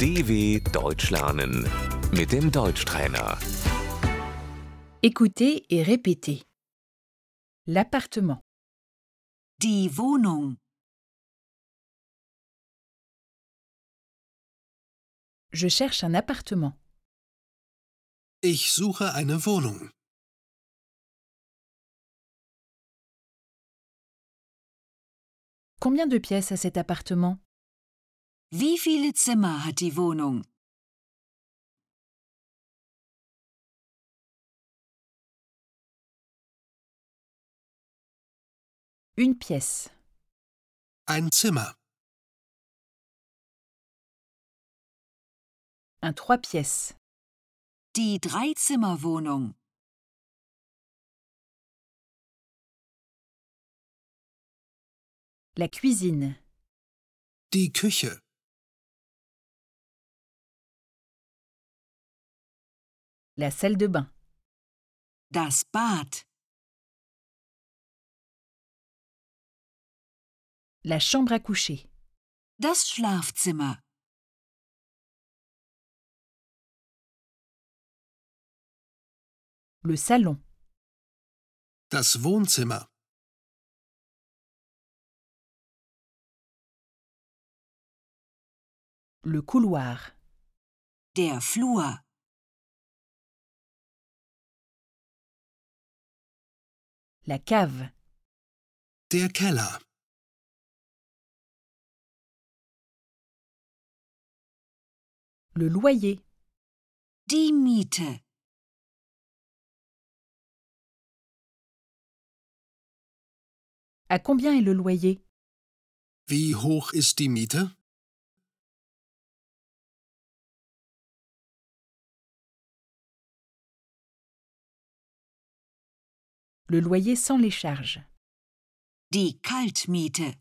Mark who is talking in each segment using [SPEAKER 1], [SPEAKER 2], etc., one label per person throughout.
[SPEAKER 1] DW Deutsch lernen mit dem Deutschtrainer.
[SPEAKER 2] Écoutez et répétez. L'appartement,
[SPEAKER 3] Die Wohnung,
[SPEAKER 2] je cherche un appartement,
[SPEAKER 4] Ich suche eine Wohnung.
[SPEAKER 2] combien de pièces a cet appartement
[SPEAKER 3] wie viele Zimmer hat die Wohnung?
[SPEAKER 2] Une pièce,
[SPEAKER 4] Ein Zimmer.
[SPEAKER 2] un trois pièces,
[SPEAKER 3] Die Dreizimmerwohnung,
[SPEAKER 2] la cuisine,
[SPEAKER 4] Die Küche.
[SPEAKER 2] la salle de bain,
[SPEAKER 3] das Bad,
[SPEAKER 2] la chambre à coucher,
[SPEAKER 3] das Schlafzimmer,
[SPEAKER 2] le salon,
[SPEAKER 4] Das Wohnzimmer.
[SPEAKER 2] le couloir,
[SPEAKER 3] der Flur,
[SPEAKER 2] la cave,
[SPEAKER 4] Der Keller.
[SPEAKER 2] le loyer,
[SPEAKER 3] die Miete,
[SPEAKER 2] à combien est le loyer
[SPEAKER 4] Wie hoch ist die Miete?
[SPEAKER 2] Le loyer sans les charges,
[SPEAKER 3] die Kaltmiete,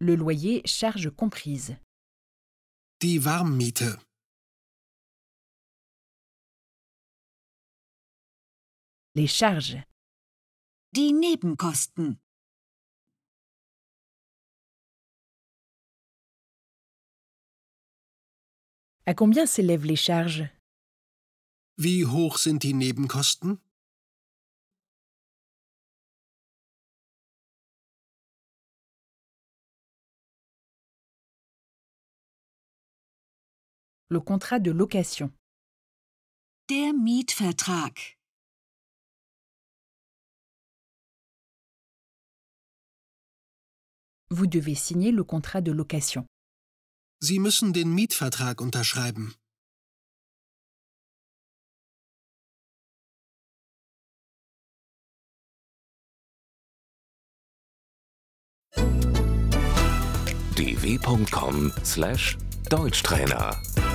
[SPEAKER 2] le loyer charges comprises,
[SPEAKER 4] Die Warmmiete.
[SPEAKER 2] les charges,
[SPEAKER 3] die Nebenkosten,
[SPEAKER 2] à combien s'élèvent les charges,
[SPEAKER 4] Wie hoch sind die Nebenkosten?
[SPEAKER 2] le contrat de location,
[SPEAKER 3] der Mietvertrag,
[SPEAKER 2] vous devez signer le contrat de location.
[SPEAKER 4] Sie müssen den Mietvertrag unterschreiben.
[SPEAKER 1] dw.com/deutschtrainer